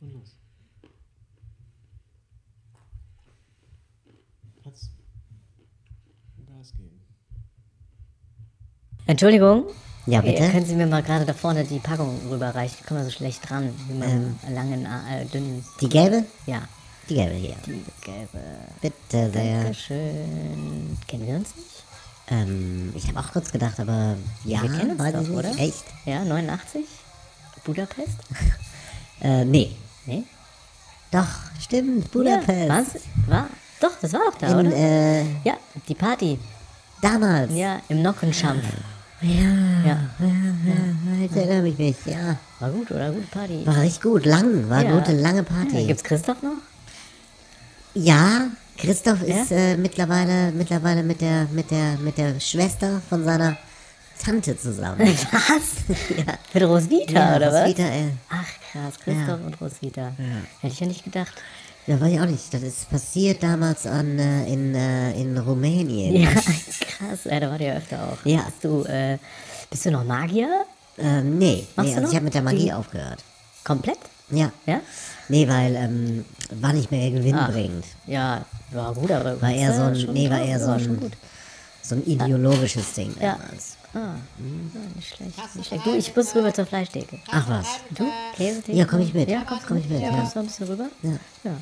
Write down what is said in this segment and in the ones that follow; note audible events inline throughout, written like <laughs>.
Und los. Platz. Gas geben. Entschuldigung, Ja, Hey, bitte? können Sie mir mal gerade da vorne die Packung rüberreichen? Ich komme da so schlecht dran mit meinem langen, äh, dünnen. Ähm. Die gelbe? Ja, Die gelbe hier. die gelbe. Bitte sehr. Dankeschön. Kennen wir uns nicht? Ähm, ich habe auch kurz gedacht, aber ja, Wir kennen uns weiß doch, ich nicht. oder? Echt? Ja, 89? Budapest? Äh, nee. Nee? Doch, stimmt, Ja, Budapest. was? War? Doch, das war doch da, In, oder? äh, ja, die Party. damals. Ja, im Nockenschampf. ja. Ja. Jetzt erinnere ich mich, ja. War gut, oder? Gute Party. War richtig gut, lang, war Ja. eine gute, lange Ja, Party. Ja, gibt's Christoph <laughs> noch? Christoph ist Ja? äh, mittlerweile, mittlerweile mit der, mit der, mit der Schwester von seiner Tante <laughs> zusammen. Was? ja. Mit Roswitha, Ja, äh, oder was? Roswitha, ey. Ach krass, Christoph und Roswitha. Hätte ich ja nicht gedacht. Ja, weiß ich auch nicht. Das ist passiert damals an, äh, in, äh, in Rumänien. Ja, <laughs> krass, ey, da war der ja öfter auch. Ja. Hast du, äh, bist du noch Magier? Ähm, nee, Machst nee du noch? also Mhm. ich habe mit der Magie Die- aufgehört. Komplett? Ja. Ja? Nee, weil ähm, war nicht mehr gewinnbringend. Ja, war gut, aber. War eher so ein, Ah. schon nee, war krass, eher so schon ein, gut. so ein ideologisches Ding Ja. damals. Ah, ja, nicht schlecht. Nicht schlecht. Du, ich muss rüber zur Fleischtheke. Ah, Ach was. Du, Käsetheke? Ja, komm ich mit. Ja, komm, komm ich mit. Ja, kommst du noch ein bisschen rüber? Ja. ja.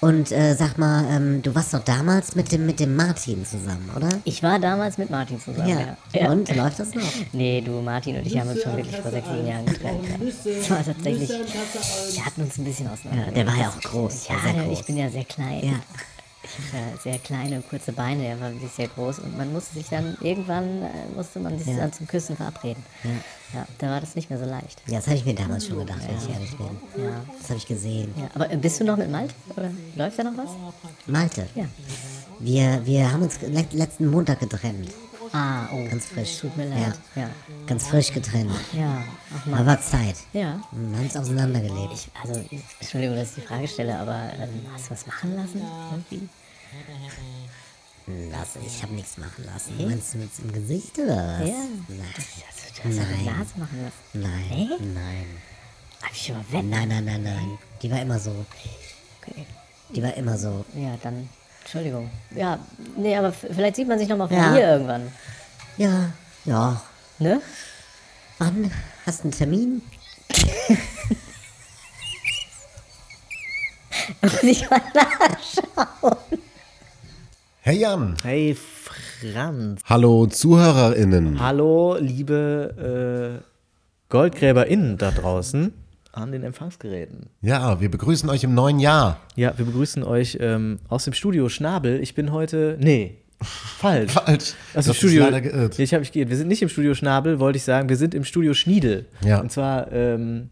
Und äh, sag mal, ähm, du warst doch damals mit dem, mit dem Martin zusammen, oder? Ich war damals mit Martin zusammen. Ja. ja. Und läuft das noch? Nee, du, Martin und ich haben uns schon wirklich vor sechs, sieben Jahren getrennt. Das war tatsächlich. Wir hatten uns ein bisschen auseinander. Ja, der war ja auch groß. Ja, war sehr der- groß. ich bin ja sehr klein. Ja. Ich habe ja sehr kleine, kurze Beine, der war wirklich sehr groß und man musste sich dann, irgendwann äh, musste man sich dann zum Küssen verabreden. Ja. da war das nicht mehr so leicht. ja, das habe ich mir damals schon gedacht, wenn ich ehrlich bin. Oh, Ja. Das habe ich gesehen. Ja, aber äh, bist du noch mit Malte? Oder läuft da noch was? Malte, Ja. wir, wir haben uns le letzten Montag getrennt. Ah, oh. Ganz frisch. Tut mir leid. Ja. Ganz frisch getrennt. Ja, ach man. Aber war Zeit. Ja. Wir haben es auseinandergelebt. Ich, also, ich- Entschuldigung, dass ich die Frage stelle, aber ähm, hast du was machen lassen? Irgendwie? hm, Lass, ich habe nichts machen lassen. Meinst du mit im Gesicht oder was? Ja. Nein, Hast du hast du eine Nein. Nase machen lassen? nein, nein, Hab ich schon wett. nein, nein, nein, nein. Die war immer so. Okay. Die war immer so. Ja, dann, Entschuldigung. Ja, nee, aber f- vielleicht sieht man sich nochmal von Ja. hier irgendwann. Ja, ja. Ne? Wann? Hast du einen Termin? Muss ich mal Hey Jan. Hey Franz. Hallo ZuhörerInnen. Hallo, liebe äh, GoldgräberInnen da draußen an den Empfangsgeräten. Ja, wir begrüßen euch im neuen Jahr. Ja, wir begrüßen euch ähm, aus dem Studio Schnabel. Ich bin heute. <laughs> Nee. Falsch. Falsch. Aus Das dem ist Studio. leider geirrt. Ich habe mich geirrt. Wir sind nicht im Studio Schnabel, wollte ich sagen. Wir sind im Studio Schniedel. Ja. Und zwar ähm,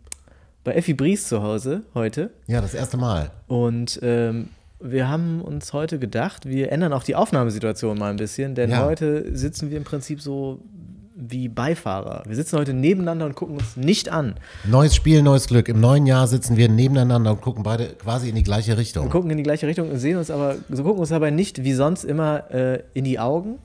bei Effi Bries zu Hause heute. Ja, das erste Mal. Und ähm, wir haben uns heute gedacht, wir ändern auch die Aufnahmesituation mal ein bisschen, denn Ja. heute sitzen wir im Prinzip so wie Beifahrer. Wir sitzen heute nebeneinander und gucken uns nicht an. Neues Spiel, neues Glück. Im neuen Jahr sitzen wir nebeneinander und gucken beide quasi in die gleiche Richtung. Wir gucken in die gleiche Richtung und sehen uns aber, so gucken uns dabei nicht wie sonst immer äh, in die Augen,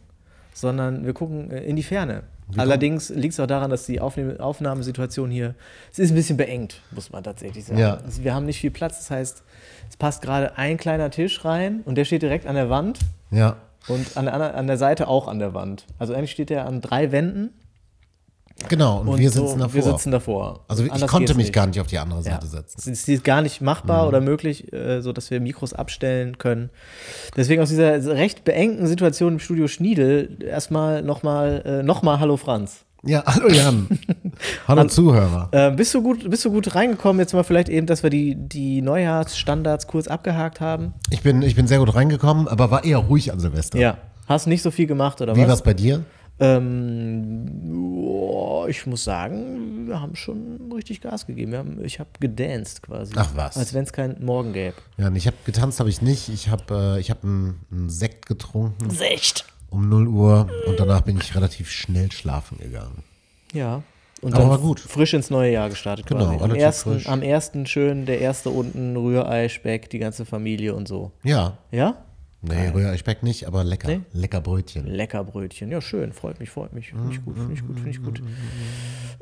sondern wir gucken äh, in die Ferne. Allerdings liegt es auch daran, dass die Aufnehm Aufnahmesituation hier, es ist ein bisschen beengt, muss man tatsächlich sagen. Ja. Also wir haben nicht viel Platz, das heißt, es passt gerade ein kleiner Tisch rein und der steht direkt an der Wand Ja. Und an der, anderen- an der Seite auch an der Wand. Also eigentlich steht er an drei Wänden Genau, und, und wir sitzen so, davor. wir sitzen davor. also ich Anders konnte geht's mich nicht. gar nicht Mhm. auf die andere ja. Seite setzen. Es ist es ist gar nicht machbar oder möglich, äh, so dass wir Mikros abstellen können. Deswegen aus dieser recht beengten Situation im Studio Schniedel erstmal nochmal äh, noch mal Hallo Franz. Ja, <laughs> hallo <laughs> Jan. hallo Zuhörer. Äh, bist, du gut, bist du gut reingekommen? Jetzt mal vielleicht eben, dass wir die, die Neujahrsstandards kurz abgehakt haben. Ich bin, ich bin sehr gut reingekommen, aber war eher ruhig an Silvester. Ja. Hast nicht so viel gemacht oder Wie was? war es bei dir? Ähm, boah, ich muss sagen, wir haben schon richtig Gas gegeben. Wir haben, ich habe gedanced quasi. Ach was. Als wenn es keinen Morgen gäbe. Ja, und ich habe getanzt, habe ich nicht. Ich habe äh, ich hab einen einen Sekt getrunken Echt? um 0 Uhr und danach bin ich relativ schnell schlafen gegangen. Ja. Und Aber dann war gut. frisch ins neue Jahr gestartet Genau, quasi. Am relativ ersten, frisch. am ersten schön, der erste unten, Rührei, Speck, die ganze Familie und so. Ja. Ja? Nee, Rührei-Speck nicht, aber lecker. Nee? Lecker Brötchen. Mhm, Lecker Brötchen. Ja, schön. Freut mich, freut mich. Finde ich gut, finde ich gut, finde ich gut.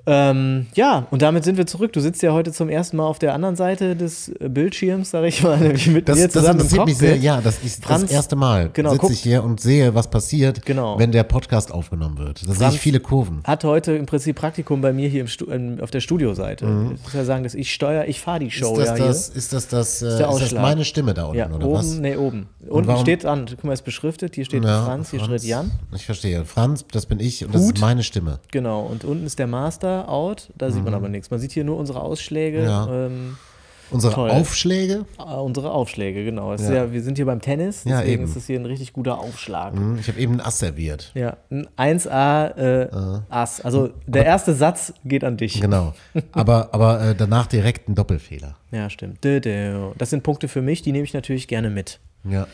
Ähm, ja, und damit sind wir zurück. Du sitzt ja heute zum ersten Mal auf der anderen Seite des äh, Bildschirms, sage ich mal, <laughs> nämlich mit Das, mir das zusammen im interessiert mich Cockpit. sehr. Ja, das ist Franz- das erste Mal. genau, guck- sitze ich hier und sehe, was passiert, Genau. wenn der Podcast aufgenommen wird. Da sehe Franz- ich viele Kurven. Hat heute im Prinzip Praktikum bei mir hier im Stu ähm, auf der Studioseite. Ich muss ja sagen, dass ich steuere, ich fahre die Show Mhm. ist das, Oh, ja das, ist das, das, äh, ist der das Ausschlag. meine Stimme da unten, hier. Ja, oder oben, was? nee, oben. Unten warum- steht an, guck mal, ist beschriftet, hier steht Ja, Franz, hier steht Jan. Ich verstehe. Franz, das bin ich und das Hut. ist meine Stimme. Genau, und unten ist der Master out, da sieht man aber nichts. Man sieht hier nur unsere Ausschläge, Mhm. Ja. ähm, Unsere Toll. Aufschläge. äh, unsere Aufschläge, genau. Es Ist Ja. ja, wir sind hier beim Tennis, Ja, deswegen eben. ist das hier ein richtig guter Aufschlag. Hm, Ich habe eben ein Ass serviert. Ja, ein 1A äh, Ass. Also der erste Satz geht an dich. Genau. Aber, aber äh, danach direkt ein Doppelfehler. Ja, stimmt. Dö, dö. Das sind Punkte für mich, die nehme ich natürlich gerne mit. Ja.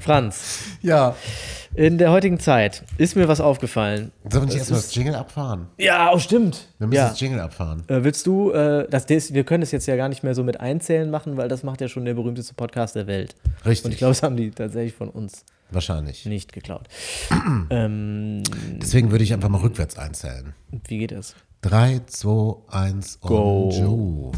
Franz, Ja. in der heutigen Zeit ist mir was aufgefallen. Sollen wir nicht erstmal das Jingle abfahren? Ja, oh, stimmt. Wir müssen Ja. das Jingle abfahren. Äh, Willst du, äh, das, das, wir können es jetzt ja gar nicht mehr so mit einzählen machen, weil das macht ja schon der berühmteste Podcast der Welt. Richtig. Und ich glaube, das haben die tatsächlich von uns Wahrscheinlich. nicht <clears throat> geklaut. ähm, Deswegen würde ich einfach mal rückwärts einzählen. wie geht das? 3, 2, 1 und Go. Joe.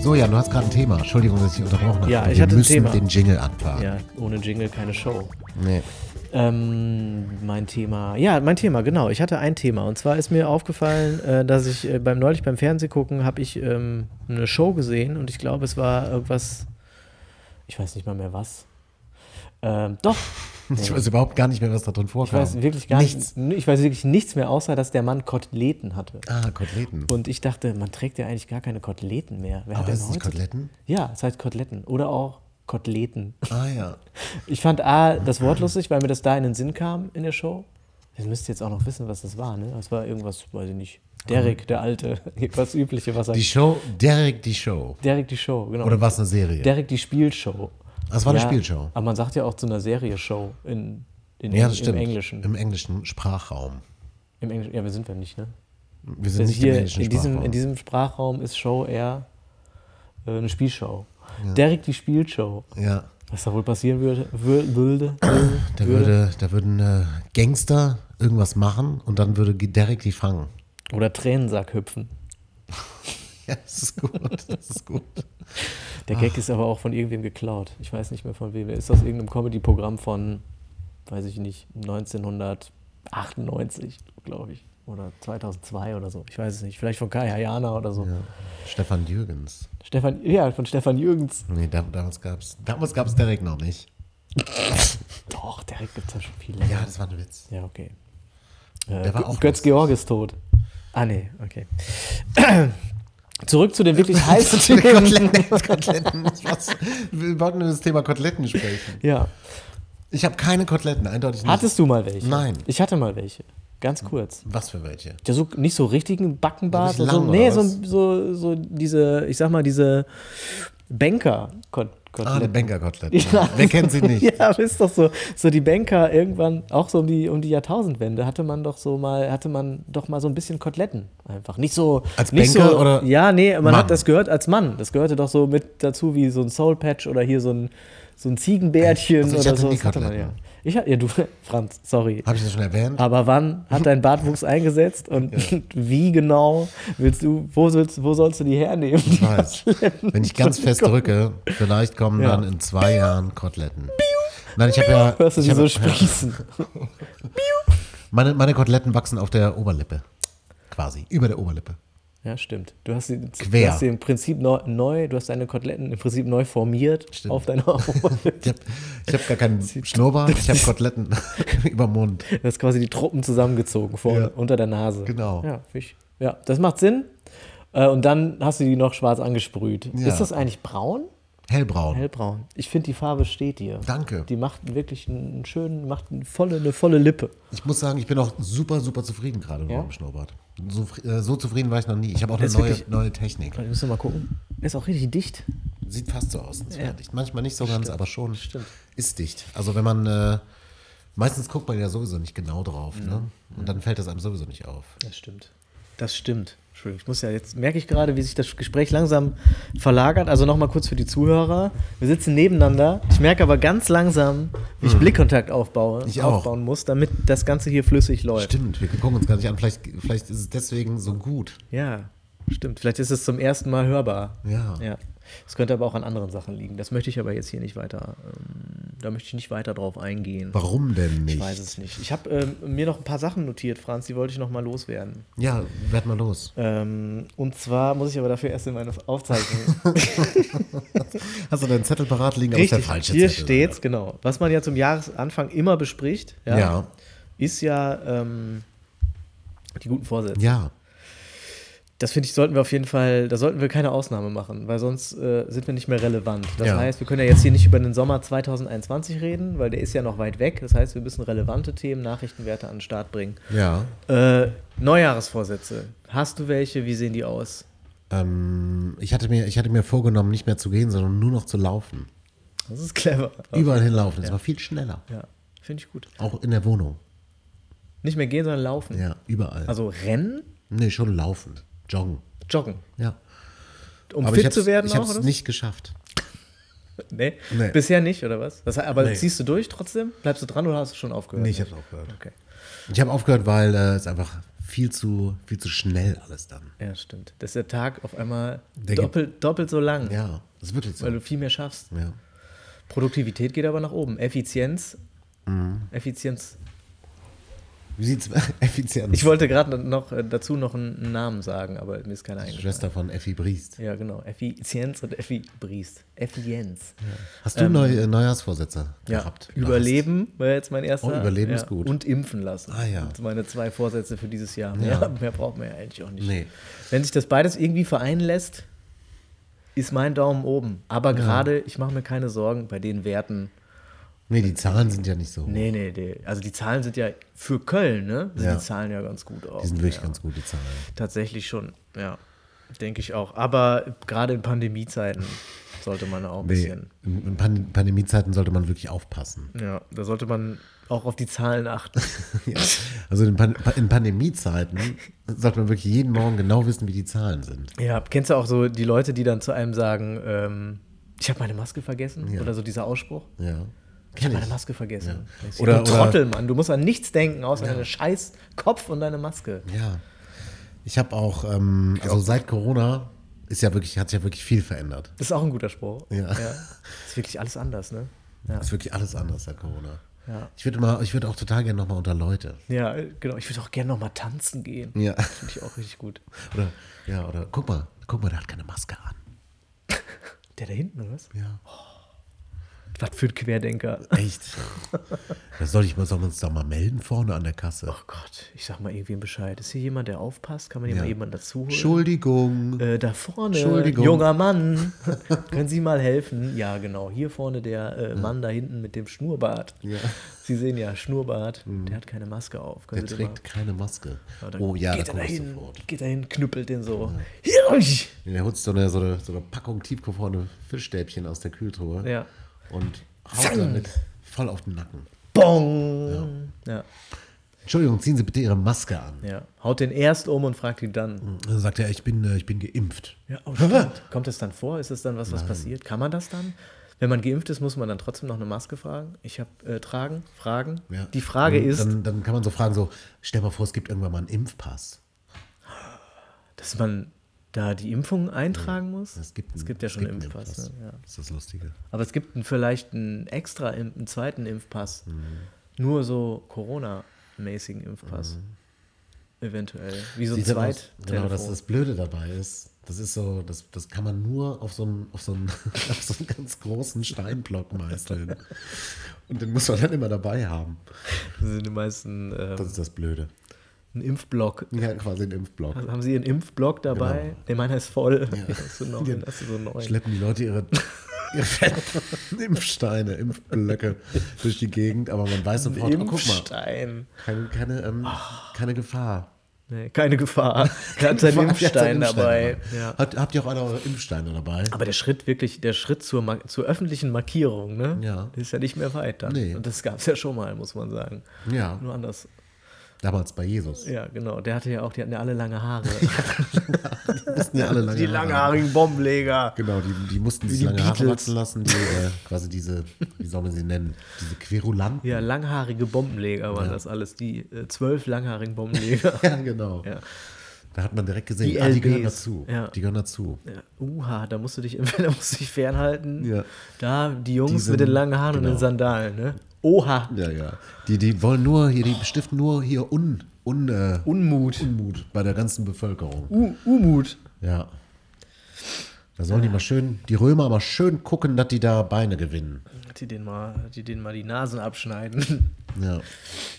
So, Jan, du hast gerade ein Thema. Entschuldigung, dass ich dich unterbrochen habe. Ja, Aber ich Wir hatte ein müssen Thema. den Jingle anfahren. Ja, ohne Jingle keine Show. Nee. Ähm, mein Thema, ja, mein Thema, genau. Ich hatte ein Thema und zwar ist mir aufgefallen, äh, dass ich äh, beim neulich beim Fernsehgucken habe ich ähm, eine Show gesehen und ich glaube, es war irgendwas, ich weiß nicht mal mehr was. Ähm, doch, Ich weiß überhaupt gar nicht mehr, was da drin ich vorkam. weiß wirklich gar nichts. nichts. Ich weiß wirklich nichts mehr, außer dass der Mann Koteletten hatte. Ah, Koteletten. Ah, Und ich dachte, man trägt ja eigentlich gar keine Koteletten mehr. Wer hat Aber denn ist es nicht heute? Koteletten? Ja, es heißt Koteletten oder auch Koteletten. Ah ja. Ich fand A, das Wort lustig, weil mir das da in den Sinn kam in der Show. Ihr müsst jetzt auch noch wissen, was das war, ne? Das war irgendwas, weiß ich nicht. Derek, der Alte. <laughs> Irgendwas Übliche, was er. Mhm. Die Show, Derek die Show. Derek die Show, genau. Oder war es eine Serie? Derek die Spielshow. das war eine Spielshow. Aber man sagt ja auch zu einer Serie Show in, in, Ja, das im stimmt. Englischen. Im englischen Sprachraum. Im Englischen. Ja, wir sind wir nicht, ne? Wir sind Das nicht hier im englischen in, diesem, Sprachraum. in diesem Sprachraum ist Show eher äh, eine Spielshow. Derek die Spielshow. ja, Was da wohl passieren würde, wür- würde, da, würde, da würden äh, Gangster irgendwas machen und dann würde Derek die fangen. <laughs> Oder Tränensack hüpfen. Ja, das ist gut. Das ist gut. Der Gag ist aber auch von irgendwem geklaut. Ich weiß nicht mehr von wem. Ist aus irgendeinem Comedy-Programm von, weiß ich nicht, 1998, glaube ich. Oder 2002 oder so. Ich weiß es nicht. Vielleicht von Kai Hayana oder so. Stefan Jürgens. Stefan, ja, von Stefan Jürgens. Nee, da, damals gab es damals gab's Derek noch nicht. Doch, Derek gibt es ja schon viele. Ja, das war ein Witz. Ja, okay. Äh, Der war Gö- auch Götz Georg ist tot. Ah, nee, okay. <clears throat> Zurück zu den <laughs> wirklich heißen Themen. Koteletten, Koteletten. Was? Wir wollten über das Thema Koteletten sprechen. ja. Ich habe keine Koteletten, eindeutig nicht. Hattest du mal welche? Nein. Ich hatte mal welche. Ganz kurz. Was für welche? Ja, so nicht so richtigen Backenbart, So so richtig lang, nee, oder so, was? so, so diese, ich sag mal, diese Banker. Kot, Ah, <laughs> eine Kotelett. Bankerkotelette. Wer kennt sie <laughs> nicht? ja, aber ist doch so. So die Banker irgendwann, auch so um die, um die Jahrtausendwende, hatte man doch so mal, hatte man doch mal so ein bisschen Koteletten einfach. Nicht so. Als nicht Banker so, oder Ja, nee, man Mann? hat das gehört als Mann. Das gehörte doch so mit dazu wie so ein Soul Patch oder hier so ein, so ein Ziegenbärtchen Also ich oder hatte so. nie Das hatte man, ja. Koteletten. Ich, hab- ja, du, <laughs> Franz, sorry. Habe ich das schon erwähnt? Aber wann hat dein Bartwuchs eingesetzt und <laughs> wie genau willst du, wo sollst, wo sollst du die hernehmen? Ich weiß. Wenn ich Oh ganz fest drücke, vielleicht kommen dann in zwei Jahren Koteletten. Nein, ich habe ja. <laughs> Hörst du ich die hab, so <laughs> sprießen? meine, meine Koteletten wachsen auf der Oberlippe. Quasi. Über der Oberlippe. Ja, stimmt. Du hast sie, du Quer. hast sie im Prinzip neu, neu, du hast deine Koteletten im Prinzip neu formiert Stimmt. auf deiner <laughs> Oberfläche. Ich habe ich hab gar <laughs> keinen Schnurrbart, ich habe Koteletten <laughs> über den Mund. Du hast quasi die Truppen zusammengezogen vor, Ja. unter der Nase. Genau. Ja, fisch. ja, das macht Sinn. Äh, Und dann hast du die noch schwarz angesprüht. Ja. Ist das eigentlich braun? Hellbraun. Hellbraun. Ich finde, die Farbe steht dir. Danke. Die macht wirklich einen schönen, macht eine volle, eine volle Lippe. Ich muss sagen, ich bin auch super, super zufrieden gerade mit Ja? meinem Schnurrbart. So, fri- äh, so zufrieden war ich noch nie. Ich habe auch eine Ist neue, wirklich- neue Technik. Warte, müssen wir mal gucken. Der ist auch richtig dicht. Sieht fast so aus. Das war dicht. Manchmal nicht so ganz, aber schon ist dicht. Also wenn man äh, Meistens guckt man ja sowieso nicht genau drauf, ne? Und dann fällt das einem sowieso nicht auf. Das stimmt. Das stimmt. Entschuldigung, ich muss ja jetzt merke ich gerade, wie sich das Gespräch langsam verlagert. Also nochmal kurz für die Zuhörer. Wir sitzen nebeneinander. Ich merke aber ganz langsam, wie ich Blickkontakt aufbaue, Hm. Ich auch. aufbauen muss, damit das Ganze hier flüssig läuft. Stimmt, wir gucken uns gar nicht an. Vielleicht, vielleicht ist es deswegen so gut. Ja, stimmt. Vielleicht ist es zum ersten Mal hörbar. Ja. Ja. Es könnte aber auch an anderen Sachen liegen. Das möchte ich aber jetzt hier nicht weiter, ähm, da möchte ich nicht weiter drauf eingehen. Warum denn nicht? Ich weiß es nicht. Ich habe ähm, mir noch ein paar Sachen notiert, Franz, die wollte ich noch mal loswerden. Ja, werd mal los. Ähm, und zwar muss ich aber dafür erst in meine <laughs> Aufzeichnung. Hast du deinen Zettel parat liegen? Aber ist der falsche hier Zettel. steht's, genau. Was man ja zum Jahresanfang immer bespricht, ja, Ja. ist ja ähm, die guten Vorsätze. Ja. Das finde ich, sollten wir auf jeden Fall, da sollten wir keine Ausnahme machen, weil sonst äh, sind wir nicht mehr relevant. Das Ja. heißt, wir können ja jetzt hier nicht über den Sommer 2021 reden, weil der ist ja noch weit weg. Das heißt, wir müssen relevante Themen, Nachrichtenwerte an den Start bringen. Ja. Äh, Neujahresvorsätze. Hast du welche? Wie sehen die aus? Ähm, ich, hatte mir, ich hatte mir vorgenommen, nicht mehr zu gehen, sondern nur noch zu laufen. Das ist <laughs> clever. Überall hinlaufen. Das war viel schneller. Ja, finde ich gut. Auch in der Wohnung. Nicht mehr gehen, sondern laufen. Ja, überall. Also rennen, nee, schon laufen. Joggen. joggen. Ja. Um Aber ich fit hab's- zu werden ich auch, hab's oder? nicht geschafft. Nee. Nee. Bisher nicht, oder was? Das, aber Nee. ziehst du durch trotzdem? Bleibst du dran oder hast du schon aufgehört? Nee, ich hab's aufgehört. Okay. Ich habe aufgehört, weil äh, es einfach viel zu, viel zu schnell alles dann. Ja, stimmt. Dass der Tag auf einmal Der geht- doppelt, doppelt so lang, Ja, das ist wirklich so. weil du viel mehr schaffst. Ja. Produktivität geht aber nach oben. Effizienz. Mhm. Effizienz. Wie sieht's <laughs> effizient? Ich wollte gerade noch äh, dazu noch einen Namen sagen, aber mir ist keiner eingefallen. Schwester von Effi Briest. Ja, genau. Effizienz und Effi Briest. Effizienz. Hast du neu, äh, Neujahrsvorsätze Ähm, Ja, gehabt? Oder Überleben war jetzt mein erster. Oh, Überleben ja. ist gut. Und impfen lassen. Ah, ja. Das sind meine zwei Vorsätze für dieses Jahr. Ja. Mehr, mehr braucht man ja eigentlich auch nicht. Nee. Wenn sich das beides irgendwie vereinen lässt, ist mein Daumen oben. Aber gerade, ich mache mir keine Sorgen bei den Werten. Hast, nee, die Zahlen sind ja nicht so. hoch. Nee, nee, nee. Also die Zahlen sind ja für Köln, ne? Sind Ja. Die Zahlen ja ganz gut aus. Die sind wirklich ja. ganz gute Zahlen. Tatsächlich schon, ja. Denke ich auch. Aber gerade in Pandemiezeiten sollte man auch ein Nee, bisschen. in in Pan Pandemiezeiten sollte man wirklich aufpassen. Ja, da sollte man auch auf die Zahlen <laughs> achten. Ja. Also in, Pan in Pandemiezeiten sollte man wirklich jeden Morgen genau wissen, wie die Zahlen sind. Ja, kennst du auch so die Leute, die dann zu einem sagen, ähm, ich habe meine Maske vergessen? Oder so dieser Ausspruch? Ja. Ich habe Kenn meine ich. Maske vergessen. Denkst du, Oder- du Trottel, oder- Mann, du musst an nichts denken, außer deinen scheiß Kopf und deine Maske. Ja. Ich habe auch, ähm, also seit Corona ist ja wirklich, hat sich ja wirklich viel verändert. Das ist auch ein guter Spruch. Ja. Ist wirklich alles anders, ne? Ja, Ist wirklich alles anders seit Corona. Ja. Ich würde mal, ich würde auch total gerne nochmal unter Leute. ja genau. Ich würde auch gerne nochmal tanzen gehen. Ja. Finde ich auch richtig gut. Oder, ja, oder guck mal, guck mal, der hat keine Maske an. Der da hinten, oder was? Ja. Was für ein Querdenker. <laughs> Echt? Da soll ich mal, sollen wir uns da mal melden vorne an der Kasse? Oh Gott, ich sag mal irgendwem Bescheid. Ist hier jemand, der aufpasst? Kann man hier mal jemanden dazu holen? Entschuldigung. Äh, da vorne, Entschuldigung. junger Mann, <laughs> können Sie mal helfen? Ja, genau, hier vorne der äh, Hm. Mann da hinten mit dem Schnurrbart. Sie sehen ja, Schnurrbart, der hat keine Maske auf. Hm. Der Können Sie den trägt keine Maske. mal, Oh ja, da geht er komme ich dahin, sofort. Hm. geht dahin, knüppelt den so. Ja. Der holt so eine, so eine, so eine Packung tiefgefrorene Fischstäbchen aus der Kühltruhe Ja. und haut damit voll auf den Nacken. Bong! Ja. Entschuldigung, ziehen Sie bitte Ihre Maske an. Ja, Haut den erst um und fragt ihn dann. Dann sagt er, ich bin, äh, ich bin geimpft. Ja, oh, stimmt. Kommt das dann vor? Ist das dann was, was passiert? Kann man das dann? Wenn man geimpft ist, muss man dann trotzdem noch eine Maske fragen. Ich habe äh, tragen, fragen. Ja. Die Frage dann, ist, Dann, dann kann man so fragen: so, Stell mal vor, es gibt irgendwann mal einen Impfpass. dass man da die Impfung eintragen muss. Es gibt, es einen- gibt ja schon einen einen Impfpass. Ne? Ja. Das ist das Lustige. Aber es gibt einen, vielleicht einen extra, Imp- einen zweiten Impfpass. Mhm. Nur so Corona-mäßigen Impfpass. Eventuell. Wie so ein Sieht dann Mhm. aus- zweit Genau, dass das Blöde dabei ist. Das ist so, das, das kann man nur auf so einen, auf so einen, <laughs> auf so einen ganz großen Steinblock meißeln. Und den muss man dann immer dabei haben. sind die meisten ähm, Das ist das Blöde. ein Impfblock. Ja, quasi ein Impfblock. Also haben Sie Ihren Impfblock dabei? Genau. Nee, meiner ist voll. Ja. <laughs> Hast du noch, einen? hast du so einen neuen? Schleppen die Leute ihre, ihre fetten <laughs> Impfsteine, Impfblöcke durch die Gegend, aber man weiß sofort, oh, guck mal, Impfstein. keine, keine, ähm, keine Gefahr. Nee, keine <laughs> Gefahr. Er hat seinen Habt ihr seinen Impfstein Impfstein dabei. dabei? Ja. Habt, habt ihr auch alle eure Impfsteine dabei? Aber der Schritt wirklich, der Schritt zur, Mar- zur öffentlichen Markierung, ne? Ja. Der ist ja nicht mehr weit dann. Nee. Und das gab es ja schon mal, muss man sagen. Ja. Nur anders. Damals bei Jesus. Ja, genau. Der hatte ja auch, die hatten ja alle lange Haare. Die mussten ja alle <laughs> lange die Haare haben. langhaarigen Bombenleger. Genau, die, die mussten sich die lange Haare Beatles. wachsen lassen. Die, äh, quasi diese, wie soll man sie nennen? Diese Querulanten. Ja, langhaarige Bombenleger waren das alles. Die äh, zwölf langhaarigen <laughs> Bombenleger. Ja, genau. Ja. Da hat man direkt gesehen, Die ah, die LBs. gehören dazu. Ja. Die gehören dazu. Ja, Uha, da musst du dich, <laughs> da musst du dich fernhalten. Ja. Da, die Jungs Die sind- mit den langen Haaren und genau. den Sandalen, ne? Oha. Ja, ja. Die, die wollen nur hier, die stiften nur hier un, un, äh, Unmut. Unmut bei der ganzen Bevölkerung. U Umut. Ja. Da sollen die mal schön, die Römer mal schön gucken, dass die da Beine gewinnen. Die denen mal, die denen mal die Nasen abschneiden. Ja.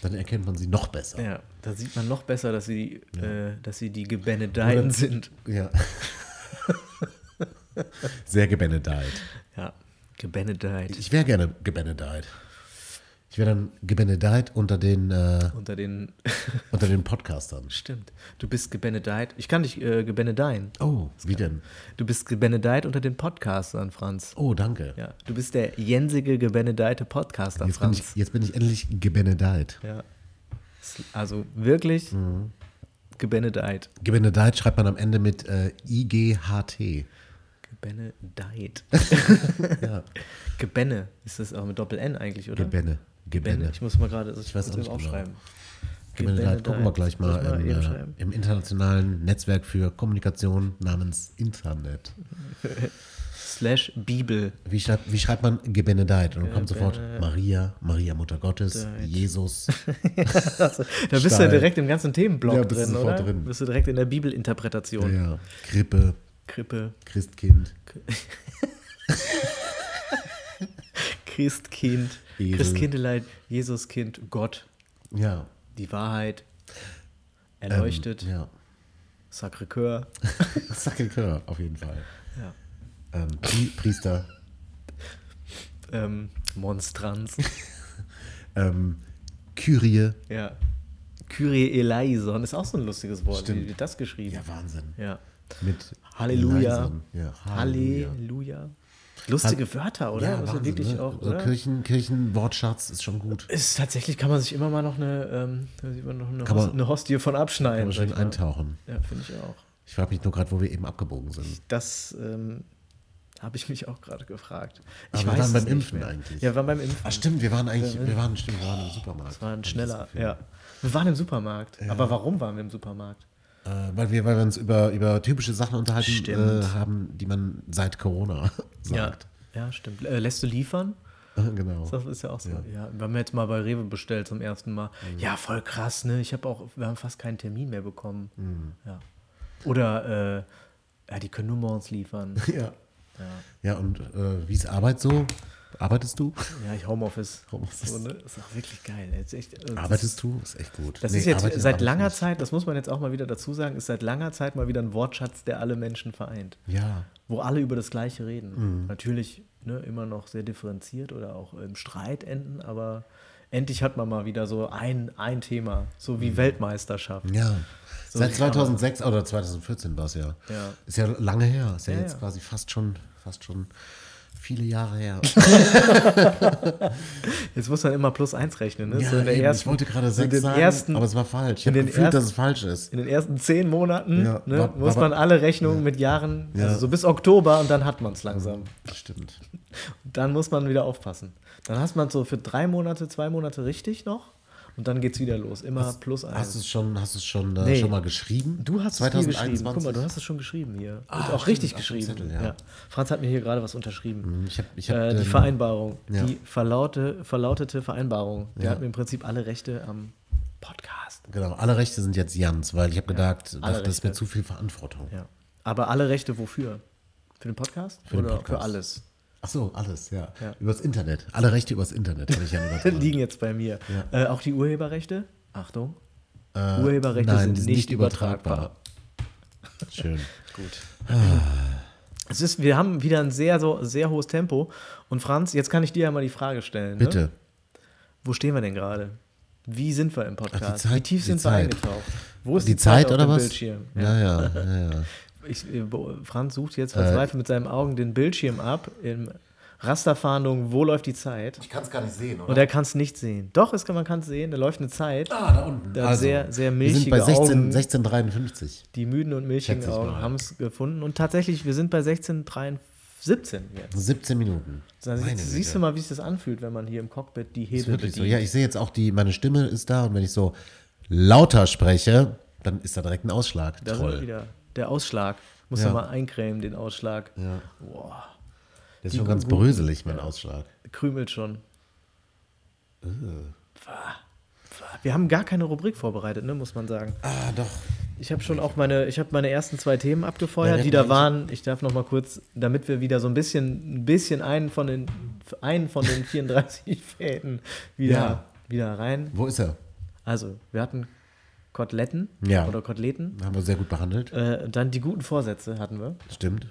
Dann erkennt man sie noch besser. ja, da sieht man noch besser, dass sie, äh, dass sie die Gebenedeiten Oder- sind. Ja. Sehr gebenedeit. Ja, Gebenedeit. Ich wäre gerne gebenedeit. Ich wäre dann gebenedeit unter den, <laughs> äh, Unter den, unter den Podcastern. stimmt, du bist gebenedeit. Ich kann dich äh, gebenedeien. Oh, wie denn? Du bist gebenedeit unter den Podcastern, Franz. Oh, danke. Ja, du bist der jensige, gebenedeite Podcaster, Jetzt bin, Franz. ich, jetzt bin ich endlich gebenedeit. Ja. Es- Also wirklich Mhm. gebenedeit. Gebenedeit schreibt man am Ende mit äh, IGHT. Gebenedeit. <laughs> Ja. Gebenne. Ist das auch mit Doppel-N eigentlich, oder? Gebenne. Gebenne. Gebenne. Ich muss mal gerade, ich, weiß muss auch das nicht genau. aufschreiben. Gebenedeit. Gucken wir gleich mal, Muss ich mal im, eben äh, schreiben. im internationalen Netzwerk für Kommunikation namens Internet. Slash Bibel. <laughs> Wie schreibt, wie schreibt man Gebenedeit? Und dann kommt sofort Maria, Maria Mutter Gottes, <laughs> Jesus. Also, da bist du ja Stein. direkt im ganzen Themenblock Ja, bist drin, sofort oder? drin. Bist du direkt in der Bibelinterpretation. ja, Krippe, Krippe, Christkind. Christkind, Esel. Christkindeleid, Jesuskind, Gott, Ja. ähm, die Wahrheit, erleuchtet, Ja. <laughs> Sacré-Cœur. Sacré-Cœur, auf jeden Fall. Ja. Ähm, Pri- Priester, ähm, Monstranz, ähm, Kyrie. <laughs> ja. Kyrie eleison ist auch so ein lustiges Wort. Wie Stimmt. wird das geschrieben? Ja, Wahnsinn. Ja. Mit Halleluja. Leisen. Ja, Halleluja. Halleluja. Lustige Wörter, oder? Ja, also Wahnsinn, wirklich ne? auch, so oder? Kirchen, Kirchenwortschatz ist schon gut. Ist, tatsächlich kann man sich immer mal noch eine, ähm, da sieht man noch eine, Kann Host, man- eine Hostie von abschneiden. Kann man sag schön ich mal. eintauchen. Ja, finde ich auch. Ich frage mich nur gerade, wo wir eben abgebogen sind. Das ähm, habe ich mich auch gerade gefragt. Ich Aber wir weiß waren beim es nicht Impfen mehr. eigentlich. Ja, wir waren beim Impfen. Ah, stimmt, wir waren eigentlich, wir waren, stimmt, wir waren im Supermarkt. Das war ein Hab ich schneller, Gefühl. ja. Wir waren im Supermarkt. Aber warum waren wir im Supermarkt? Äh, weil, wir, weil wir uns über, über typische Sachen unterhalten Stimmt. äh, haben, die man seit Corona <laughs> sagt. Ja, ja stimmt. Äh, lässt du liefern? genau. Das ist ja auch so. Ja. wir haben jetzt mal bei Rewe bestellt zum ersten Mal. Mhm. Ja, voll krass, ne? Ich habe auch, wir haben fast keinen Termin mehr bekommen. Mhm. Ja. Oder, äh, ja, die können nur morgens liefern. <laughs> <laughs> Ja. Ja, und äh, wie ist Arbeit so? Arbeitest du? ja, ich Homeoffice. Homeoffice. So, ne? Ist auch wirklich geil. ey. Ist echt, äh, das Arbeitest du? Ist echt gut. Das Nee, ist jetzt arbeiten- seit arbeiten langer nicht. Zeit, das muss man jetzt auch mal wieder dazu sagen, ist seit langer Zeit mal wieder ein Wortschatz, der alle Menschen vereint. Ja. Wo alle über das Gleiche Mhm. reden. Natürlich ne, immer noch sehr differenziert oder auch im Streit enden, aber endlich hat man mal wieder so ein, ein Thema, so Mhm. wie Weltmeisterschaft. Ja. So Seit kann man- 2006 oder 2014 war es ja. Ja. Ist ja lange her. Ist ja, Ja, jetzt ja. quasi fast schon, fast schon viele <laughs> Jahre her. Jetzt muss man immer plus eins rechnen. Ne? Ja, so in der eben, ersten, ich wollte gerade so in sechs den sagen, ersten, aber es war falsch. Ich in habe den gefühlt, dass ersten- es falsch ist. in den ersten zehn Monaten Ja, ne, war- muss war- man alle Rechnungen mit Jahren, Ja. Mhm. also so bis Oktober und dann hat man es langsam. Stimmt. Dann muss man wieder aufpassen. Dann hast man so für drei Monate, zwei Monate richtig noch und dann geht's wieder los. Immer plus eins. Hast du es schon, hast du es schon, äh, Also- Nee. schon mal geschrieben? du hast es hier 2021? geschrieben. Guck mal, du hast es schon geschrieben hier. Ah, und auch stimmt, richtig auf dem geschrieben. Zettel, ja. ja. Franz hat mir hier gerade was unterschrieben. Ich hab, ich hab, äh, die ähm, Vereinbarung. ja. Die verlaute, verlautete Vereinbarung. Der Ja. hat mir im Prinzip alle Rechte am Podcast. Genau, alle Rechte sind jetzt Jans, weil ich habe gedacht, alle dachte, das Rechte. wäre zu viel Verantwortung. Ja. Aber alle Rechte wofür? Für den Podcast? Für den Oder für Podcast. alles? Ach so, alles, ja. Ja. Übers Internet. Alle Rechte übers Internet habe <laughs> ich ja übertragen. Liegen jetzt bei mir. Äh, auch die Urheberrechte? Achtung. Äh, Urheberrechte nein, sind die nicht Ne? übertragbar. Schön. Es ist, wir haben wieder ein sehr, so, sehr hohes Tempo. Und Franz, jetzt kann ich dir ja mal die Frage stellen. Ne? Bitte. Wo stehen wir denn gerade? Wie sind wir im Podcast? Ach, die Zeit, Wie tief die sind wir Zeit. eingetaucht? Wo ist Die Zeit auf oder dem was? Bildschirm? Ja, ja, ja. ja. Ich, äh, bo- Franz sucht Äh, jetzt verzweifelt mit seinen Augen den Bildschirm ab in Rasterfahndung, wo läuft die Zeit? Ich kann es gar nicht sehen, Und er kann es nicht sehen. Doch, es kann, man kann es sehen, da läuft eine Zeit. ah, da unten. Da sehr- sehr wir sind bei milchige 16, Augen. 1653. Die müden und milchigen Schätze ich Augen mal. haben es gefunden. Und tatsächlich, wir sind bei 1617 jetzt. 17 Minuten. Da sie- Meine siehst Güte. du mal, wie sich das anfühlt, wenn man hier im Cockpit die Ist Hebel wirklich bedient. so. Ja, ich sehe jetzt auch die, meine Stimme ist da und wenn ich so lauter spreche, dann ist da direkt ein Ausschlag. da sind wir Toll. wieder. Der Ausschlag. Musst Ja. du mal eincremen, den Ausschlag. Ja. Boah, Der ist schon ganz bröselig, mein Ausschlag. krümelt schon. Äh. Pah, pah. Wir haben gar keine Rubrik vorbereitet, ne, muss man sagen. Ah, doch. Ich habe schon auch meine, ich habe meine ersten zwei Themen abgefeuert, Ja, die da definitiv. waren. Ich darf noch mal kurz, damit wir wieder so ein bisschen, ein bisschen einen von den, einen von den 34 <laughs> Fäden wieder, Ja. wieder rein. Wo ist er? Also, wir hatten Koteletten Ja. oder Koteletten. Haben wir sehr gut behandelt. Äh, dann die guten Vorsätze hatten wir. Stimmt.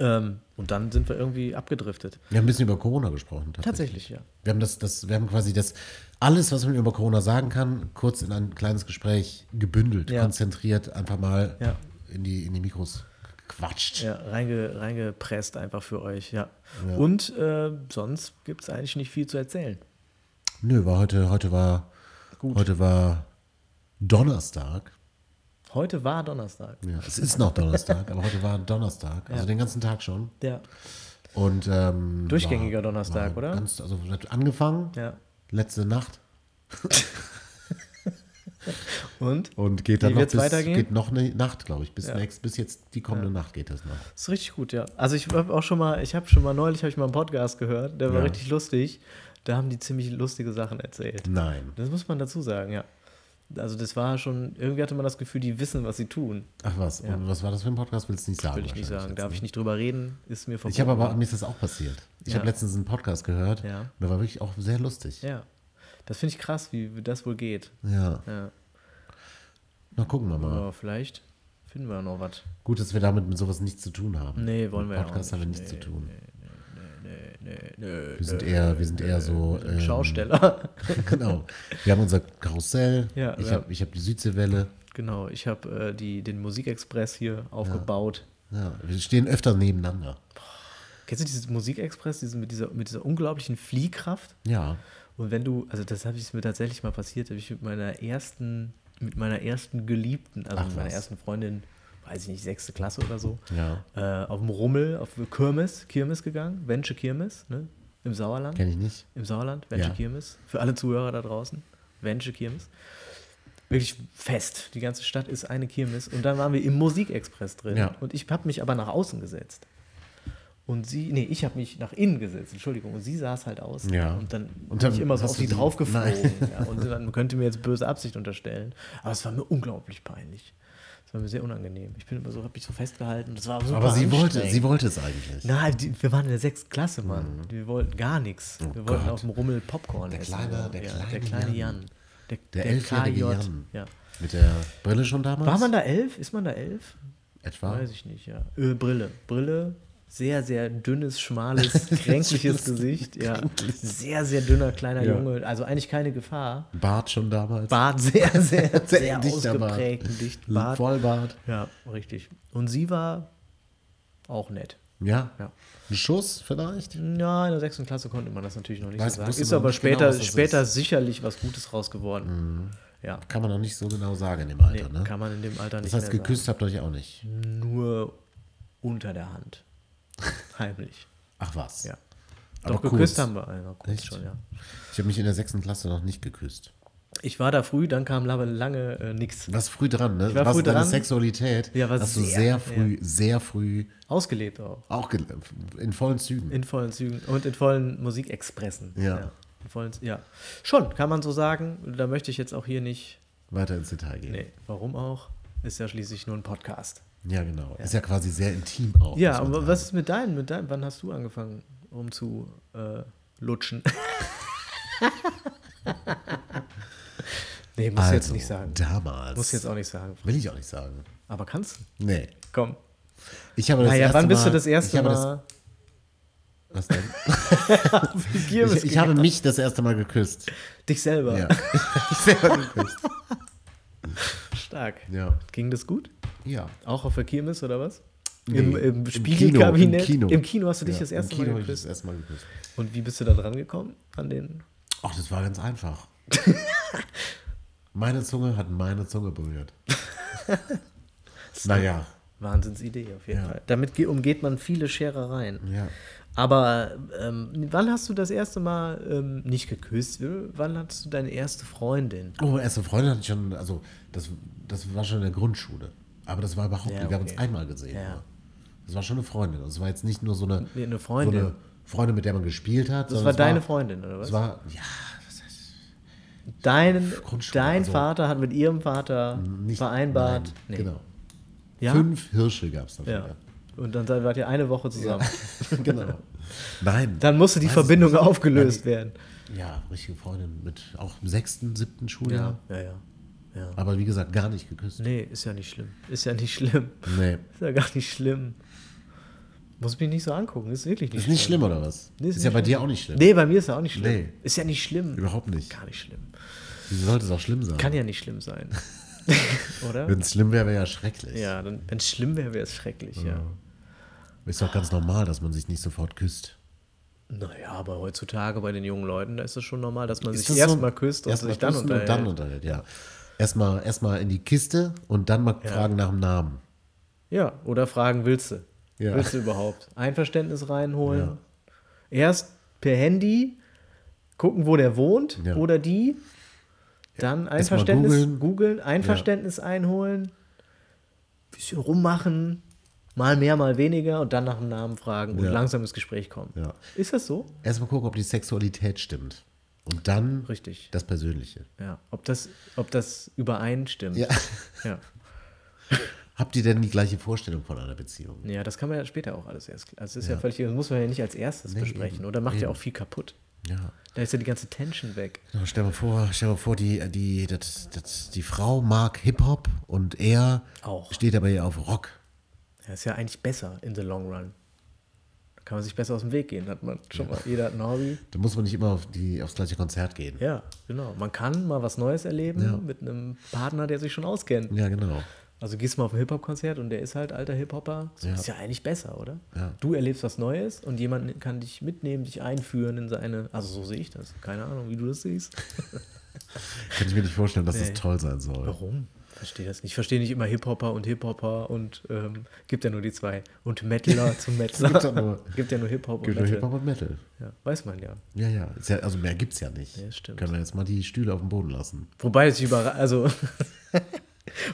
Ähm, und dann sind wir irgendwie abgedriftet. Wir haben ein bisschen über Corona gesprochen. Tatsächlich, ja. Wir haben, das, das, wir haben quasi das, alles, was man über Corona sagen kann, kurz in ein kleines Gespräch gebündelt, Ja. konzentriert, einfach mal Ja. in, die, in die Mikros gequatscht. Ja, reinge, reingepresst einfach für euch, ja. Und äh, sonst gibt es eigentlich nicht viel zu erzählen. Nö, war heute, heute war heute war Donnerstag. Heute war Donnerstag. Ja, es ist noch Donnerstag, <laughs> aber heute war Donnerstag, also Ja. den ganzen Tag schon. Ja. Und ähm, Durchgängiger Donnerstag, oder? Ganz, also hat angefangen, Ja. letzte Nacht Und? und geht Wie dann noch wird's bis weitergehen? geht noch eine Nacht, glaube ich, bis Ja. next, bis jetzt die kommende Nacht geht das noch. Ist richtig gut, ja. Also ich habe auch schon mal, ich habe schon mal neulich habe ich mal einen Podcast gehört, der war Ja. richtig lustig. Da haben die ziemlich lustige Sachen erzählt. Nein. Das muss man dazu sagen, ja. Also das war schon, irgendwie hatte man das Gefühl, die wissen, was sie tun. Ach was, und was war das für ein Podcast? Willst du nicht sagen? Würde ich nicht wahrscheinlich sagen. jetzt, Darf ne? ich nicht drüber reden, ist mir verboten. Ich habe aber, mir ist das auch passiert. Ich Ja. habe letztens einen Podcast gehört, Ja. und der war wirklich auch sehr lustig. Ja. Das finde ich krass, wie das wohl geht. Ja. Ja. Na, gucken wir mal. Aber vielleicht finden wir ja noch was. Gut, dass wir damit mit sowas nichts zu tun haben. Nee, wollen wir ja auch Podcast haben wir nicht. nichts zu tun. Wir sind eher, wir sind eher so. Ähm, Äh, Schausteller. <laughs> genau. Wir haben unser Karussell. Ja, ich ja. habe ich hab die Südseewelle. <laughs> genau, ich habe äh, die- den Musikexpress hier aufgebaut. Ja, wir stehen öfter nebeneinander. Kennst du dieses Musikexpress, diesen, mit, dieser, mit dieser unglaublichen Fliehkraft? Ja. Und wenn du, also das habe ich mir tatsächlich mal passiert, habe ich mit meiner ersten, mit meiner ersten Geliebten, also Ach, mit meiner was. ersten Freundin, weiß ich nicht, sechste Klasse oder so, Ja. äh, auf dem Rummel, auf Kirmes, Kirmes gegangen, Wensche Kirmes, ne? Im Sauerland. Kenne ich nicht. Im Sauerland, Wensche Ja. Kirmes. Für alle Zuhörer da draußen, Wensche Kirmes. Wirklich fest. Die ganze Stadt ist eine Kirmes. Und dann waren wir im Musikexpress drin. Ja. Und ich habe mich aber nach außen gesetzt. Und sie, nee, ich habe mich nach innen gesetzt, Entschuldigung. Und sie saß halt außen. Ja. Und dann Und und dann ich immer so hast auf du sie sie- draufgeflogen. Nein. Ja, und dann könnte mir jetzt böse Absicht unterstellen. Aber es war mir unglaublich peinlich. Es war mir sehr unangenehm. Ich bin immer so, habe mich so festgehalten. Das war super Aber sie wollte, anstrengend. sie wollte es eigentlich. Nein, die, wir waren in der sechsten Klasse, Mann. Wir wollten gar nichts. wir wollten Mhm. Oh Gott. auf dem Rummel Popcorn Der essen. kleine- ja. der ja, kleine der kleine Jan. Jan. Der, Der der, elfjährige KJ. Jan. Ja. Mit der Brille schon damals? War man da elf? Ist man da elf? Etwa? Weiß ich nicht, ja. Äh, Brille. Brille. Sehr, sehr dünnes, schmales, <laughs> kränkliches Gesicht. Ja. Sehr, sehr dünner, kleiner Ja. Junge. Also eigentlich keine Gefahr. Bart schon damals? Bart sehr, sehr, sehr, <laughs> Sehr dichter Bart. ausgeprägt. Ein dichten Bart. Vollbart. Ja, richtig. Und sie war auch nett. Ja. Ja. Ein Schuss vielleicht? Ja, in der sechsten Klasse konnte man das natürlich noch nicht Weiß- so sagen. wusste Ist man aber nicht später, genau, was das später sicherlich was Gutes raus geworden. Ja, Kann man noch nicht so genau sagen in dem Alter, nee, ne? kann man in dem Alter das nicht genau Hm. heißt, mehr geküsst habt ihr euch auch nicht. sagen. Nur unter der <laughs> Hand. Heimlich. Ach was. Ja. Aber Doch geküsst kurz. haben wir einmal kurz Echt? schon, ja. Ich habe mich in der sechsten Klasse noch nicht geküsst. Ich war da früh, dann kam lange, lange äh, nichts. Warst früh dran, ne? war Warst früh deine dran. Sexualität Ja, war hast du sehr, sehr früh, sehr früh Ausgelebt auch. auch ge- in vollen Zügen. In vollen Zügen und in vollen Musikexpressen. Ja. In vollen, ja. Schon, kann man so sagen. Da möchte ich jetzt auch hier nicht. Weiter ins Detail gehen. Nee, warum auch? Ist ja schließlich nur ein Podcast. Ja, genau. Ist ja quasi sehr intim auch. Ja, muss man aber sagen. was ist mit deinem? Mit deinem? Wann hast du angefangen, um zu äh, lutschen? <laughs> nee, muss also, jetzt nicht sagen. Damals. Muss jetzt auch nicht sagen. Will ich auch nicht sagen. Aber kannst du? Nee. Komm. Ich habe das Naja, erste wann bist Mal, du das erste ich habe Mal? Was <laughs> denn? Gier Ich, ich habe mich das erste Mal geküsst. dich selber. <laughs> Ja. ich selber geküsst. Stark. Ja. Ging das gut? Ja. Auch auf der Kirmes oder was? Nee, Im, im Spiegelkabinett? Im Kino. Im Kino hast du dich Ja, das erste im Kino Mal hab ich das geküsst. erste Mal geküsst. Und wie bist du da dran gekommen? An den. Ach, das war <laughs> ganz einfach. meine Zunge hat meine Zunge <laughs> berührt. naja. Wahnsinnsidee auf jeden Ja. Fall. Damit ge- umgeht man viele Scherereien. Ja. Aber ähm, wann hast du das erste Mal ähm, nicht geküsst? Wann hattest du deine erste Freundin? Oh, erste Freundin hatte ich schon, also das, das war schon in der Grundschule. Aber das war überhaupt, Ja, wir haben okay. uns einmal gesehen. Ja. nur. Das war schon eine Freundin. Das war jetzt nicht nur so eine, Nee, eine Freundin. So eine Freundin, mit der man gespielt hat. Das sondern war Also es deine Freundin, oder was? Es war, ja, Dein, Grundschule, dein also- Vater hat mit ihrem Vater nicht vereinbart. Nein, Nee. Genau. Ja? Fünf Hirsche gab es Ja. dafür. Und dann seid- wart ihr eine Woche zusammen. <laughs> genau. Nein. Dann musste die Weiß Verbindung ich nicht. aufgelöst werden. Ja, richtige Freundin mit auch im sechsten, siebten Schuljahr. ja, ja. ja. Aber wie gesagt, gar nicht geküsst. Nee, ist ja nicht schlimm. Ist ja nicht schlimm. Nee. <laughs> Ist ja gar nicht schlimm. Muss mich nicht so angucken. Ist wirklich nicht Ist nicht schlimm, oder was? Nee, ist ist nicht ja bei schlimm. dir auch nicht schlimm. Nee, bei mir ist ja auch nicht schlimm. Nee. Ist ja nicht schlimm. Überhaupt nicht. Gar nicht schlimm. Wieso sollte es auch schlimm sein? Kann ja nicht schlimm <laughs> sein. Oder? Wenn es schlimm wäre, wäre ja schrecklich. ja, wenn es schlimm wäre, wäre es schrecklich, ja. Ist doch ganz normal, dass man sich nicht sofort küsst. Naja, aber heutzutage bei den jungen Leuten, da ist es schon normal, dass man Ist sich das so? erstmal küsst und Erst mal sich dann küssen unterhält. Und dann unterhält, ja. Erstmal erst mal in die Kiste und dann mal fragen nach dem Namen. ja, oder fragen, willst du? Ja. Willst du überhaupt? Einverständnis reinholen. Ja. Erst per Handy gucken, wo der wohnt Ja. oder die. Dann erst mal Einverständnis googeln, googeln. Einverständnis einholen, bisschen rummachen, mal mehr, mal weniger und dann nach dem Namen fragen und Ja. langsam ins Gespräch kommen. Ja. Ist das so? Erstmal gucken, ob die Sexualität stimmt. Und dann Richtig. das Persönliche. Ja. Ob das, ob das übereinstimmt. Ja. <laughs> ja. Habt ihr denn die gleiche Vorstellung von einer Beziehung? Ja, das kann man ja später auch alles erst. Also das ist ja, völlig, das muss man ja nicht als erstes besprechen, oder? Macht ja auch viel kaputt. Ja. Da ist ja die ganze Tension weg. Genau, stell mal vor, stell mal vor, die, die, das, das, die Frau mag Hip-Hop und er Auch. steht aber eher auf Rock. Ja, ist ja eigentlich besser in the long run. Da kann man sich besser aus dem Weg gehen, hat man schon mal. Jeder hat ein Hobby. Da muss man nicht immer auf die, aufs gleiche Konzert gehen. Ja, genau. Man kann mal was Neues erleben Ja. mit einem Partner, der sich schon auskennt. Ja, genau. Also gehst mal auf ein Hip-Hop-Konzert und der ist halt alter Hip-Hopper. So Ja. Ist ja eigentlich besser, oder? Ja. Du erlebst was Neues und jemand kann dich mitnehmen, dich einführen in seine. Also so sehe ich das. Keine Ahnung, wie du das siehst. Kann ich mir nicht vorstellen, dass Nee. das toll sein soll. Warum? Verstehe das nicht. Ich verstehe nicht immer Hip-Hopper und Hip-Hopper und ähm, gibt ja nur die zwei. Und Metaler zum <laughs> Metaler. Gibt doch nur- gibt ja nur Hip-Hop und Gibt nur Metal. Hip-Hop und Metal. Ja, weiß man ja. Ja, ja. Ist ja. Also mehr gibt's ja nicht. Ja, stimmt. Können wir jetzt mal die Stühle auf den Boden lassen. Wobei es überra also <laughs>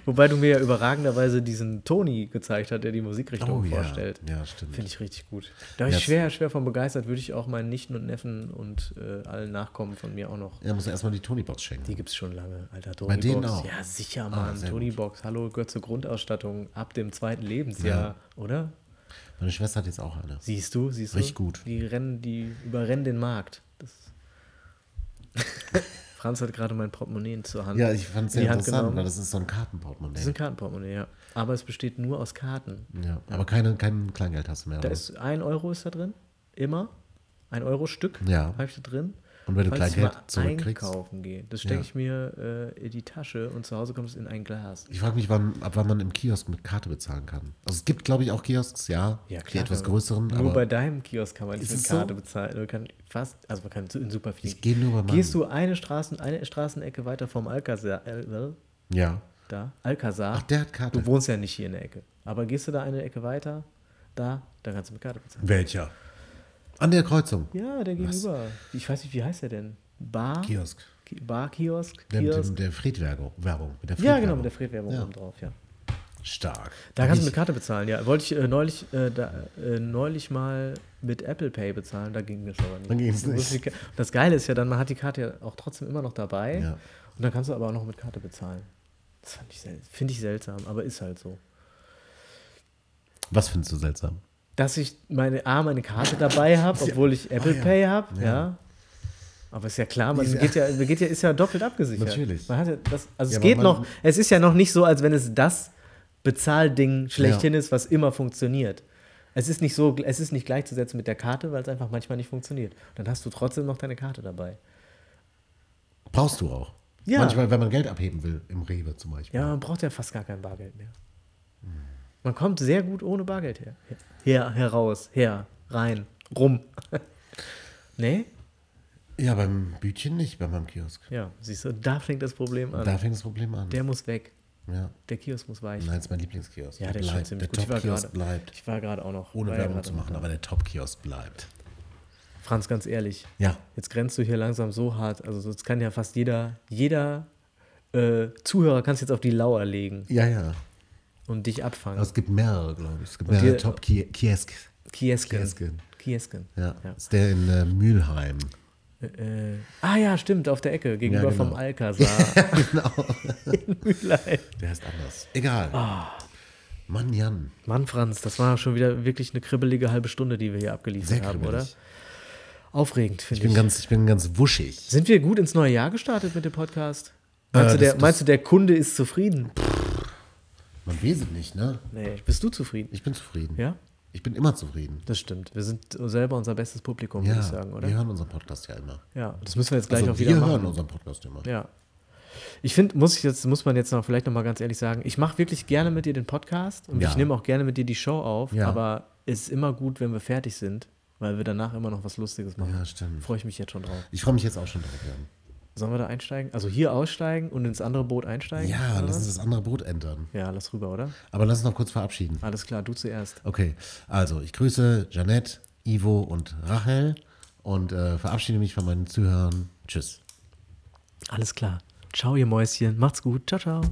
wobei du mir ja überragenderweise diesen Toni gezeigt hast, der die Musikrichtung Oh, ja. vorstellt. Ja, stimmt. Finde ich richtig gut. Da bin ich Jetzt- schwer, schwer von begeistert, würde ich auch meinen Nichten und Neffen und äh, allen Nachkommen von mir auch noch. Ja, muss erstmal die Tony-Box schenken. Die gibt es schon lange, alter Tony denen Box. auch? Ja, sicher, Ah, Mann. sehr Tony gut. Box, hallo, gehört zur Grundausstattung ab dem zweiten Lebensjahr, oder? Meine Schwester hat jetzt auch eine. Siehst du, siehst du? Richtig gut. Die rennen, die überrennen den Markt. <laughs> Das Franz hat gerade mein Portemonnaie zur Hand. Ja, ich fand es in sehr die Hand interessant, genommen. weil das ist so ein Das ist Kartenportemonnaie. ein Kartenportemonnaie, ja. Aber es besteht nur aus Karten. Ja, aber keine, kein Kleingeld hast du mehr. Da oder? ist ein Euro ist da drin, immer. Ein Euro Stück Ja. habe ich da drin. Und wenn du Falls ich Kleingeld mal zurückkriegst? einkaufen gehe, das stecke Ja. ich mir äh, in die Tasche und zu Hause kommt es in ein Glas. ich frage mich, wann, ab wann man im Kiosk mit Karte bezahlen kann. Also es gibt, glaube ich, auch Kiosks, ja. Die etwas größeren, Nur aber bei deinem Kiosk kann man nicht Ist mit es so? Karte bezahlen. Man kann fast, also man kann in super viel. Ich geh nur bei meinem. Gehst du eine, Straßen, eine Straßenecke weiter vom Alcazar, äh, ja. da, Alcazar. Ach, der hat Karte. Du wohnst ja nicht hier in der Ecke. Aber gehst du da eine Ecke weiter, da, da kannst du mit Karte bezahlen. Welcher? An der Kreuzung. Ja, der gegenüber. Ich weiß nicht, wie heißt der denn? Bar? Kiosk. Ki Bar, Kiosk, Der, mit Kiosk. dem, der Friedwerbung. Werbung, mit der ja, genau, mit der Friedwerbung. Fred-Werbung Ja. oben drauf, ja. Stark. Da kannst du Ich- mit Karte bezahlen, ja. Wollte ich äh, neulich, äh, da, äh, neulich mal mit Apple Pay bezahlen, da ging das aber nicht. Dann ging's Du musst nicht. die Ka- Das Geile ist ja dann, man hat die Karte ja auch trotzdem immer noch dabei. Ja. Und dann kannst du aber auch noch mit Karte bezahlen. Das fand ich sel- finde ich seltsam, aber ist halt so. Was findest du seltsam? Dass ich meine A, meine Karte dabei habe, obwohl ich Apple ja. Pay habe, ja. Ja. Aber ist ja klar, man Ist ja- geht ja, man geht ja, ist ja doppelt abgesichert. Natürlich. Man hat ja das, also Ja, es aber geht man- noch, es ist ja noch nicht so, als wenn es das Bezahlding schlechthin ist, was immer funktioniert. Es ist nicht so, es ist nicht gleichzusetzen mit der Karte, weil es einfach manchmal nicht funktioniert. Dann hast du trotzdem noch deine Karte dabei. Brauchst du auch. Ja. Manchmal, wenn man Geld abheben will, im Rewe zum Beispiel. Ja, man braucht ja fast gar kein Bargeld mehr. Hm. Man kommt sehr gut ohne Bargeld her. Her, heraus, her, rein, rum. <laughs> nee? Ja, beim Bütchen nicht, bei meinem Kiosk. Ja, siehst du, da fängt das Problem an. Da fängt das Problem an. Der muss weg. ja. Der Kiosk muss weichen. Nein, ist mein Lieblingskiosk. Ja, der ist schon bleibt. ziemlich Der gut. Ich war Top-Kiosk gerade- bleibt. Ich war gerade auch noch. Ohne war ja Werbung gerade zu noch machen, da. aber der Top-Kiosk bleibt. Franz, ganz ehrlich, Ja. jetzt grenzt du hier langsam so hart. Also jetzt kann ja fast jeder, jeder äh, Zuhörer kannst jetzt auf die Lauer legen Ja, ja. und dich abfangen. Aber es gibt mehrere, glaube ich. Es gibt mehrere hier- Top-Kiosk. Kiesken. Kiesken. Kiesken. Ja. Ja. Ist der in äh, Mülheim. Äh, ah ja, stimmt, auf der Ecke, gegenüber Ja, genau. vom <laughs> Alcazar. Der heißt anders. Egal. Ah. Mann, Jan. Mann, Franz, das war schon wieder wirklich eine kribbelige halbe Stunde, die wir hier abgeliefert Sehr haben, kribbelig. oder? Aufregend, Ich finde ich. bin ganz, ich bin ganz wuschig. Sind wir gut ins neue Jahr gestartet mit dem Podcast? Meinst, du, Äh, das- der, das- meinst du, der Kunde ist zufrieden? Man weiß es nicht, ne? Nee, bist du zufrieden? Ich bin zufrieden. Ja? Ich bin immer zufrieden. Das stimmt. Wir sind selber unser bestes Publikum, Ja, würde ich sagen, oder? wir Ja. hören unseren Podcast ja immer. Das müssen wir jetzt gleich also, auch wieder wir machen. hören unseren Podcast immer. Ja. Ich finde, muss ich jetzt, muss man jetzt noch vielleicht noch mal ganz ehrlich sagen, ich mache wirklich gerne mit dir den Podcast und Ja. ich nehme auch gerne mit dir die Show auf, Ja. aber es ist immer gut, wenn wir fertig sind, weil wir danach immer noch was Lustiges machen. Ja, stimmt. Freue ich mich jetzt schon drauf. Ich freue mich jetzt auch schon drauf, Jan. Sollen wir da einsteigen? Also hier aussteigen und ins andere Boot einsteigen? Ja, oder lass uns was? das andere Boot ändern. Ja, lass rüber, oder? Aber lass uns noch kurz verabschieden. Alles klar, du zuerst. Okay, also ich grüße Janette, Ivo und Rachel und äh, verabschiede mich von meinen Zuhörern. Tschüss. Alles klar. Ciao, ihr Mäuschen. Macht's gut. Ciao, ciao.